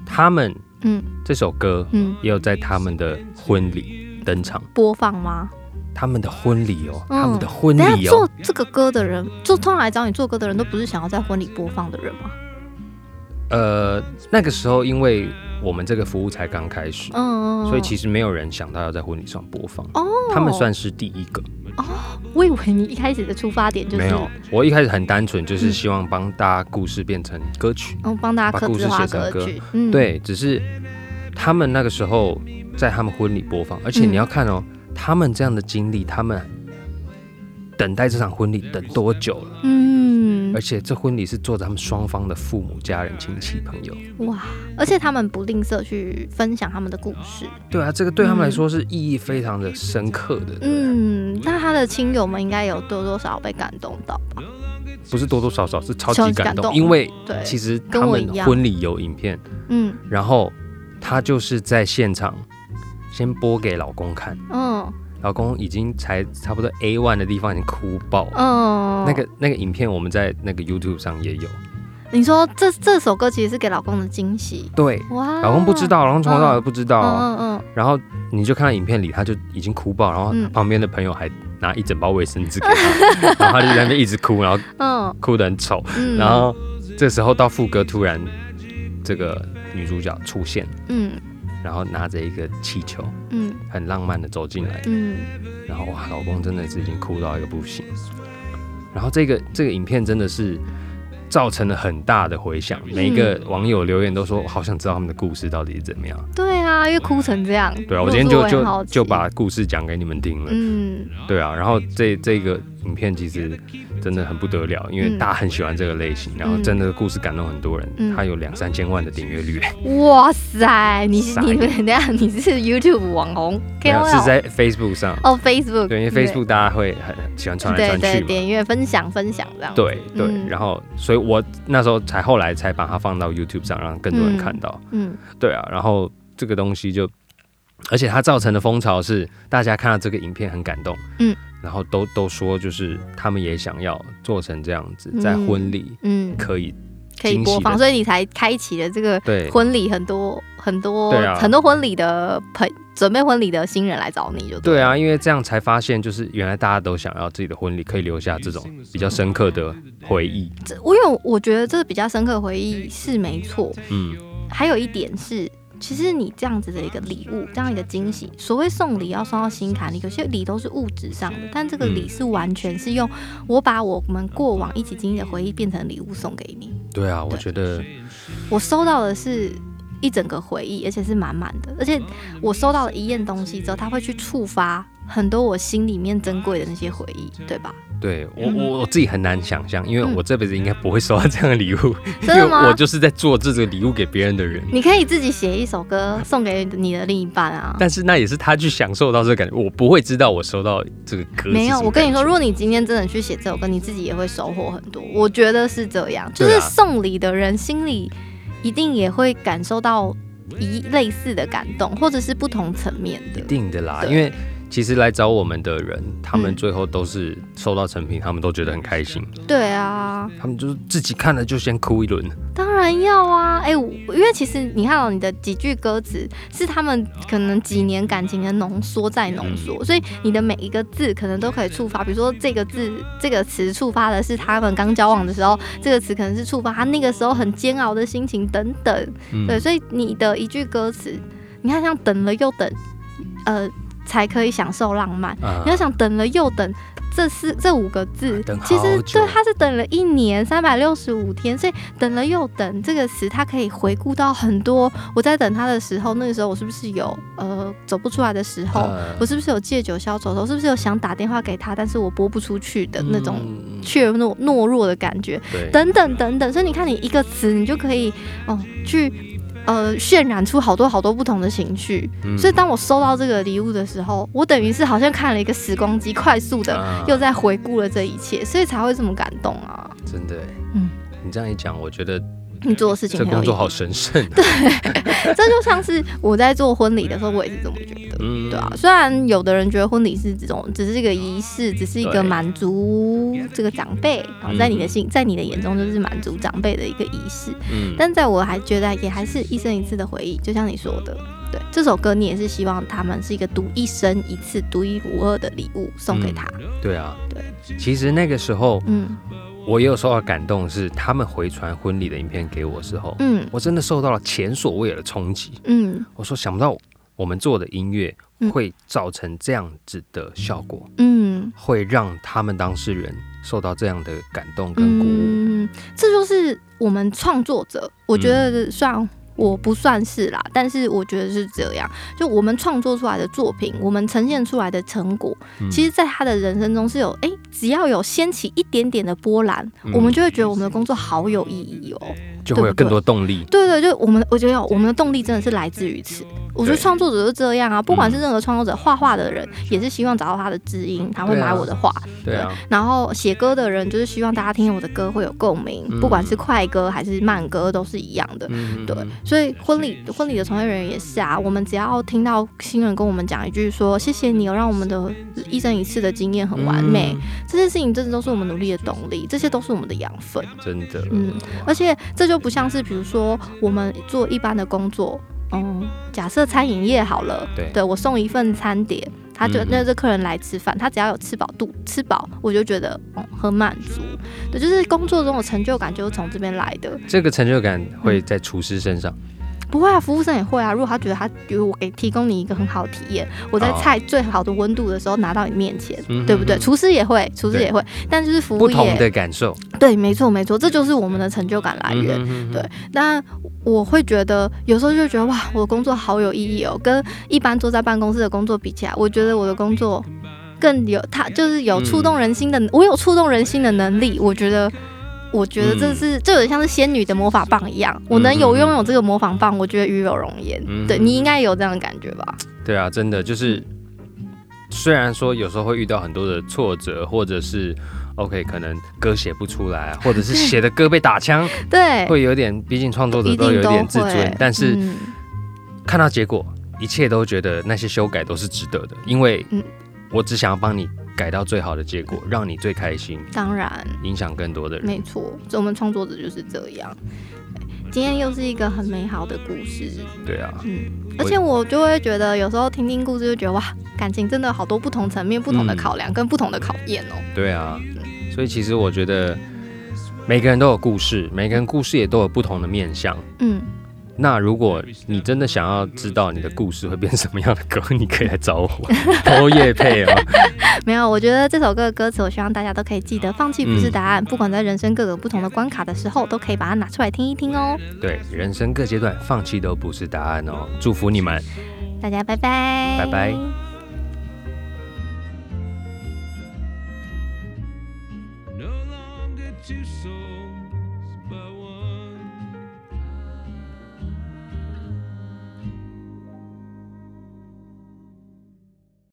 [SPEAKER 2] 他们
[SPEAKER 1] 嗯
[SPEAKER 2] 这首歌
[SPEAKER 1] 嗯，
[SPEAKER 2] 也有在他们的婚礼登场，
[SPEAKER 1] 播放吗？
[SPEAKER 2] 他们的婚礼哦，
[SPEAKER 1] 嗯
[SPEAKER 2] 他们的婚
[SPEAKER 1] 等
[SPEAKER 2] 礼
[SPEAKER 1] 下做
[SPEAKER 2] 哦，
[SPEAKER 1] 这个歌的人，就通常来找你做歌的人都不是想要在婚礼播放的人吗？
[SPEAKER 2] 呃，那个时候因为我们这个服务才刚开始，
[SPEAKER 1] 嗯，嗯
[SPEAKER 2] 所以其实没有人想到要在婚礼上播放，
[SPEAKER 1] 哦，
[SPEAKER 2] 他们算是第一个。
[SPEAKER 1] 我以为你一开始的出发点就是
[SPEAKER 2] 没有，我一开始很单纯，就是
[SPEAKER 1] 嗯
[SPEAKER 2] 希望帮大家故事变成歌曲。
[SPEAKER 1] 嗯，帮大家刻字化
[SPEAKER 2] 把故事写
[SPEAKER 1] 曲，嗯，，
[SPEAKER 2] 对，只是他们那个时候在他们婚礼播放，而且
[SPEAKER 1] 嗯
[SPEAKER 2] 你要看哦，他们这样的经历，他们等待这场婚礼等多久了？
[SPEAKER 1] 嗯
[SPEAKER 2] 而，且这婚礼是坐着他们双方的父母、家人、亲戚、朋友。
[SPEAKER 1] 哇，而且他们不吝啬去分享他们的故事，
[SPEAKER 2] 对啊，这个对他们来
[SPEAKER 1] 嗯
[SPEAKER 2] 说是意义非常的深刻的。嗯，
[SPEAKER 1] 嗯，那他的亲友们应该有多多少少被感动到吧？
[SPEAKER 2] 不是多多少少，是超
[SPEAKER 1] 超
[SPEAKER 2] 级
[SPEAKER 1] 级
[SPEAKER 2] 感
[SPEAKER 1] 感
[SPEAKER 2] 动，
[SPEAKER 1] 动
[SPEAKER 2] 因为
[SPEAKER 1] 对，
[SPEAKER 2] 其实
[SPEAKER 1] 跟
[SPEAKER 2] 他
[SPEAKER 1] 我
[SPEAKER 2] 们
[SPEAKER 1] 一样
[SPEAKER 2] 婚礼有影片，
[SPEAKER 1] 嗯
[SPEAKER 2] 然后她就是在现场先播给老公看，
[SPEAKER 1] 嗯
[SPEAKER 2] 老公已经才差不多 A one 的地方已经哭爆了。
[SPEAKER 1] 嗯，
[SPEAKER 2] 那个那个影片我们在那个 YouTube 上也有，
[SPEAKER 1] 你说这这首歌其实是给老公的惊喜，
[SPEAKER 2] 对，
[SPEAKER 1] 哇，
[SPEAKER 2] 老公不知，
[SPEAKER 1] 啊
[SPEAKER 2] 道，老公从头到尾不知道
[SPEAKER 1] 嗯
[SPEAKER 2] 哦，
[SPEAKER 1] 嗯嗯，
[SPEAKER 2] 然后你就看到影片里他就已经哭爆，然后
[SPEAKER 1] 嗯
[SPEAKER 2] 旁边的朋友还拿一整包卫生纸给 他，然后他就在那边一直哭，然后
[SPEAKER 1] 嗯
[SPEAKER 2] 哭得很丑，
[SPEAKER 1] 嗯，
[SPEAKER 2] 然后这时候到副歌突然这个女主角出现，
[SPEAKER 1] 嗯
[SPEAKER 2] 然后拿着一个气球，
[SPEAKER 1] 嗯
[SPEAKER 2] 很浪漫的走进来，
[SPEAKER 1] 嗯
[SPEAKER 2] 然后哇，老公真的是已经哭到一个不行。然后这个这个影片真的是造成了很大的回响，每一
[SPEAKER 1] 嗯
[SPEAKER 2] 个网友留言都说，我好想知道他们的故事到底是怎么样。
[SPEAKER 1] 对啊，因为哭成这样，
[SPEAKER 2] 对
[SPEAKER 1] 如
[SPEAKER 2] 啊，我
[SPEAKER 1] 果
[SPEAKER 2] 今天
[SPEAKER 1] 是
[SPEAKER 2] 就
[SPEAKER 1] 也很好
[SPEAKER 2] 就
[SPEAKER 1] 奇
[SPEAKER 2] 就把故事讲给你们听了。
[SPEAKER 1] 嗯。
[SPEAKER 2] 对啊，然后这这个影片其实真的很不得了，因为大家很喜欢这个类型，然后真的故事感动很多人，
[SPEAKER 1] 嗯
[SPEAKER 2] 它有两三千万的点阅率，
[SPEAKER 1] 哇塞，你是
[SPEAKER 2] 傻
[SPEAKER 1] 你等
[SPEAKER 2] 眼
[SPEAKER 1] 一下你是 YouTube 网红
[SPEAKER 2] 没有
[SPEAKER 1] KOL
[SPEAKER 2] 是在 Facebook 上。
[SPEAKER 1] 哦 Facebook
[SPEAKER 2] 对，因为 Facebook 大家会很很喜欢传来
[SPEAKER 1] 对
[SPEAKER 2] 传
[SPEAKER 1] 对
[SPEAKER 2] 去嘛，
[SPEAKER 1] 点阅分享分享这样
[SPEAKER 2] 对对，
[SPEAKER 1] 嗯
[SPEAKER 2] 然后所以我那时候才后来才把它放到 YouTube 上，让更多人看到。
[SPEAKER 1] 嗯
[SPEAKER 2] 对啊，然后这个东西就，而且它造成的风潮是，大家看到这个影片很感动，
[SPEAKER 1] 嗯，
[SPEAKER 2] 然后都都说就是他们也想要做成这样子，
[SPEAKER 1] 嗯
[SPEAKER 2] 在婚礼
[SPEAKER 1] 嗯
[SPEAKER 2] 可以、
[SPEAKER 1] 可以
[SPEAKER 2] 惊喜
[SPEAKER 1] 播放，
[SPEAKER 2] 的
[SPEAKER 1] 所以你才开启了这个
[SPEAKER 2] 对
[SPEAKER 1] 婚礼很多很多、
[SPEAKER 2] 对啊
[SPEAKER 1] 很多婚礼的朋准备婚礼的新人来找你就
[SPEAKER 2] 对
[SPEAKER 1] 了
[SPEAKER 2] 啊，因为这样才发现，就是原来大家都想要自己的婚礼可以留下这种比较深刻的回忆。
[SPEAKER 1] 这我有我觉得这比较深刻回忆是没错，
[SPEAKER 2] 嗯，
[SPEAKER 1] 还有一点是。其实你这样子的一个礼物，这样一个惊喜，所谓送礼要送到心坎里，有些礼都是物质上的，但这个
[SPEAKER 2] 嗯
[SPEAKER 1] 礼是完全是用我把我们过往一起经历的回忆变成礼物送给你。
[SPEAKER 2] 对啊，我觉得
[SPEAKER 1] 我收到的是一整个回忆，而且是满满的。而且我收到了一样东西之后，它会去触发很多我心里面珍贵的那些回忆，对吧？
[SPEAKER 2] 对我
[SPEAKER 1] 嗯
[SPEAKER 2] 我我自己很难想象，因为我这辈子应该不会收到这样的礼物，因
[SPEAKER 1] 真
[SPEAKER 2] 为
[SPEAKER 1] 的吗
[SPEAKER 2] 我？就是在做这个礼物给别人的人。
[SPEAKER 1] 你可以自己写一首歌送给你的另一半啊。
[SPEAKER 2] 但是那也是他去享受到这个感觉，我不会知道我收到这个歌是
[SPEAKER 1] 没
[SPEAKER 2] 什
[SPEAKER 1] 有，
[SPEAKER 2] 么
[SPEAKER 1] 我跟你说，
[SPEAKER 2] 感觉
[SPEAKER 1] 如果你今天真的去写这首歌，你自己也会收获很多。我觉得是这样，就
[SPEAKER 2] 对
[SPEAKER 1] 是
[SPEAKER 2] 啊
[SPEAKER 1] 送礼的人心里一定也会感受到一类似的感动，或者是不同层面的
[SPEAKER 2] 一。定的啦，
[SPEAKER 1] 对
[SPEAKER 2] 因为其实来找我们的人，他们
[SPEAKER 1] 嗯
[SPEAKER 2] 最后都是收到成品，他们都觉得很开心，
[SPEAKER 1] 对啊，
[SPEAKER 2] 他们就是自己看了就先哭一轮，
[SPEAKER 1] 当然要啊！哎、我因为其实你看哦到你的几句歌词是他们可能几年感情的浓缩再浓
[SPEAKER 2] 嗯
[SPEAKER 1] 缩，所以你的每一个字可能都可以触发，比如说这个字这个词触发的是他们刚交往的时候，这个词可能是触发他那个时候很煎熬的心情等等。
[SPEAKER 2] 嗯，
[SPEAKER 1] 对，所以你的一句歌词，你看像等了又等，呃，才可以享受浪漫。
[SPEAKER 2] 啊
[SPEAKER 1] 你要想等了又等，这四这五个字，
[SPEAKER 2] 等好
[SPEAKER 1] 其实
[SPEAKER 2] 久
[SPEAKER 1] 对他是等了一年三百六十五天，所以等了又等这个词，它可以回顾到很多我在等他的时候，那个时候我是不是有呃走不出来的时候，
[SPEAKER 2] 呃
[SPEAKER 1] 我是不是有借酒消愁的时候，我是不是有想打电话给他，但是我拨不出去的那种
[SPEAKER 2] 嗯
[SPEAKER 1] 怯懦懦弱的感觉，
[SPEAKER 2] 对
[SPEAKER 1] 等等等等，所以你看，你一个词，你就可以哦去呃渲染出好多好多不同的情绪。
[SPEAKER 2] 嗯
[SPEAKER 1] 所以当我收到这个礼物的时候，我等于是好像看了一个时光机，快速的
[SPEAKER 2] 啊
[SPEAKER 1] 又在回顾了这一切，所以才会这么感动啊！
[SPEAKER 2] 真的耶，
[SPEAKER 1] 嗯
[SPEAKER 2] 你这样一讲，我觉得
[SPEAKER 1] 你做的事情
[SPEAKER 2] 嗯这
[SPEAKER 1] 很有
[SPEAKER 2] 工
[SPEAKER 1] 意
[SPEAKER 2] 作好
[SPEAKER 1] 义，
[SPEAKER 2] 神圣啊。
[SPEAKER 1] 这就像是我在做婚礼的时候，我也是这么觉得。
[SPEAKER 2] 嗯
[SPEAKER 1] 对啊，，虽然有的人觉得婚礼是这种，只是一个仪式，只是一
[SPEAKER 2] 对
[SPEAKER 1] 个满足这个长辈，然后在你的心，在你的眼中就是满足长辈的一个仪式，
[SPEAKER 2] 嗯，
[SPEAKER 1] 但在我还觉得也还是一生一次的回忆，就像你说的，对这首歌你也是希望他们是一个独一生一次、独一无二的礼物送给他，
[SPEAKER 2] 对啊，
[SPEAKER 1] 对
[SPEAKER 2] 其实那个时候
[SPEAKER 1] 嗯
[SPEAKER 2] 我也有受到感动，是他们回传婚礼的影片给我之后，
[SPEAKER 1] 嗯
[SPEAKER 2] 我真的受到了前所未有的冲击。
[SPEAKER 1] 嗯
[SPEAKER 2] 我说想不到我们做的音乐
[SPEAKER 1] 嗯
[SPEAKER 2] 会造成这样子的效果，
[SPEAKER 1] 嗯
[SPEAKER 2] 会让他们当事人受到这样的感动跟鼓舞。
[SPEAKER 1] 嗯，这就是我们创作者，我觉
[SPEAKER 2] 嗯
[SPEAKER 1] 得算。我不算是啦，但是我觉得是这样。就我们创作出来的作品，我们呈现出来的成果，
[SPEAKER 2] 嗯
[SPEAKER 1] 其实，在他的人生中是有，诶，只要有掀起一点点的波澜，
[SPEAKER 2] 嗯
[SPEAKER 1] 我们就会觉得我们的工作好有意义哦。
[SPEAKER 2] 就会有更多动力。
[SPEAKER 1] 对对，就我们我觉得我们的动力真的是来自于此。我觉得
[SPEAKER 2] 对嗯
[SPEAKER 1] 创作者是这样啊，不管是任何创作者，画画的人也是希望找到他的知音，他会
[SPEAKER 2] 对啊
[SPEAKER 1] 买我的画。
[SPEAKER 2] 对啊，
[SPEAKER 1] 然后写歌的人就是希望大家听我的歌会有共鸣，
[SPEAKER 2] 嗯
[SPEAKER 1] 不管是快歌还是慢歌都是一样的。
[SPEAKER 2] 嗯，
[SPEAKER 1] 对，所以婚礼婚礼的从业人员也是啊，我们只要听到新人跟我们讲一句说谢谢你哦，让我们的一生一世的经验很完美，
[SPEAKER 2] 嗯
[SPEAKER 1] 这些事情真的都是我们努力的动力，这些都是我们的养分。
[SPEAKER 2] 嗯，真的，
[SPEAKER 1] 嗯，而且这就不像是比如说我们做一般的工作，嗯，假设餐饮业好了，
[SPEAKER 2] 对
[SPEAKER 1] 我送一份餐碟，他就
[SPEAKER 2] 嗯
[SPEAKER 1] 那这客人来吃饭，他只要有吃饱肚吃饱，我就觉得哦、很满足。对，就是工作中的成就感就是从这边来的。
[SPEAKER 2] 这个成就感
[SPEAKER 1] 嗯
[SPEAKER 2] 会在厨师身上。
[SPEAKER 1] 不会啊，服务生也会啊。如果他觉得他比如我给提供你一个很好的体验，我在
[SPEAKER 2] 哦
[SPEAKER 1] 菜最好的温度的时候拿到你面前。
[SPEAKER 2] 嗯
[SPEAKER 1] 对不对？
[SPEAKER 2] 嗯嗯
[SPEAKER 1] 厨师也会，厨师
[SPEAKER 2] 对
[SPEAKER 1] 也会，但就是服
[SPEAKER 2] 不
[SPEAKER 1] 务
[SPEAKER 2] 同
[SPEAKER 1] 业，
[SPEAKER 2] 的感受
[SPEAKER 1] 对，没错没错，这就是我们的成就感来源。
[SPEAKER 2] 嗯
[SPEAKER 1] 对那我会觉得，有时候就觉得哇，我的工作好有意义哦，跟一般坐在办公室的工作比起来，我觉得我的工作更有它就是有触动人心的，
[SPEAKER 2] 嗯
[SPEAKER 1] 我有触动人心的能力，我觉得。我觉得这是，这有点像是仙女的魔法棒一样，我能有拥有这个魔法棒，我觉得与有容颜。
[SPEAKER 2] 嗯
[SPEAKER 1] 对你应该有这样的感觉吧？
[SPEAKER 2] 对啊，真的就是，虽然说有时候会遇到很多的挫折，或者是 OK，可能歌写不出来，啊 或者是写的歌被打枪，
[SPEAKER 1] 对，
[SPEAKER 2] 会有点，毕竟创作者
[SPEAKER 1] 哎一
[SPEAKER 2] 都
[SPEAKER 1] 定
[SPEAKER 2] 有
[SPEAKER 1] 都
[SPEAKER 2] 点自尊
[SPEAKER 1] 会，。
[SPEAKER 2] 但是
[SPEAKER 1] 嗯
[SPEAKER 2] 看到结果，一切都觉得那些修改都是值得的，因为
[SPEAKER 1] 嗯
[SPEAKER 2] 我只想要帮你改到最好的结果，让你最开心，
[SPEAKER 1] 当然，
[SPEAKER 2] 影响更多的人。
[SPEAKER 1] 没错，所以我们创作者就是这样。今天又是一个很美好的故事，
[SPEAKER 2] 对啊，
[SPEAKER 1] 嗯，
[SPEAKER 2] 我
[SPEAKER 1] 而且我就会觉得，有时候听听故事就觉得哇，感情真的有好多不同层面、不
[SPEAKER 2] 嗯
[SPEAKER 1] 同的考量跟不同的考验哦。
[SPEAKER 2] 对啊，所以其实我觉得每个人都有故事，每个人故事也都有不同的面向。
[SPEAKER 1] 嗯，
[SPEAKER 2] 那如果你真的想要知道你的故事会变什么样的歌，你可以来找我偷夜配哦。
[SPEAKER 1] 没有，我觉得这首歌的歌词，我希望大家都可以记得，放弃不是答
[SPEAKER 2] 嗯
[SPEAKER 1] 案。不管在人生各个不同的关卡的时候，都可以把它拿出来听一听哦。
[SPEAKER 2] 对，人生各阶段放弃都不是答案哦。祝福你们。
[SPEAKER 1] 大家拜拜，
[SPEAKER 2] 拜拜。
[SPEAKER 4] No longer two souls, but one.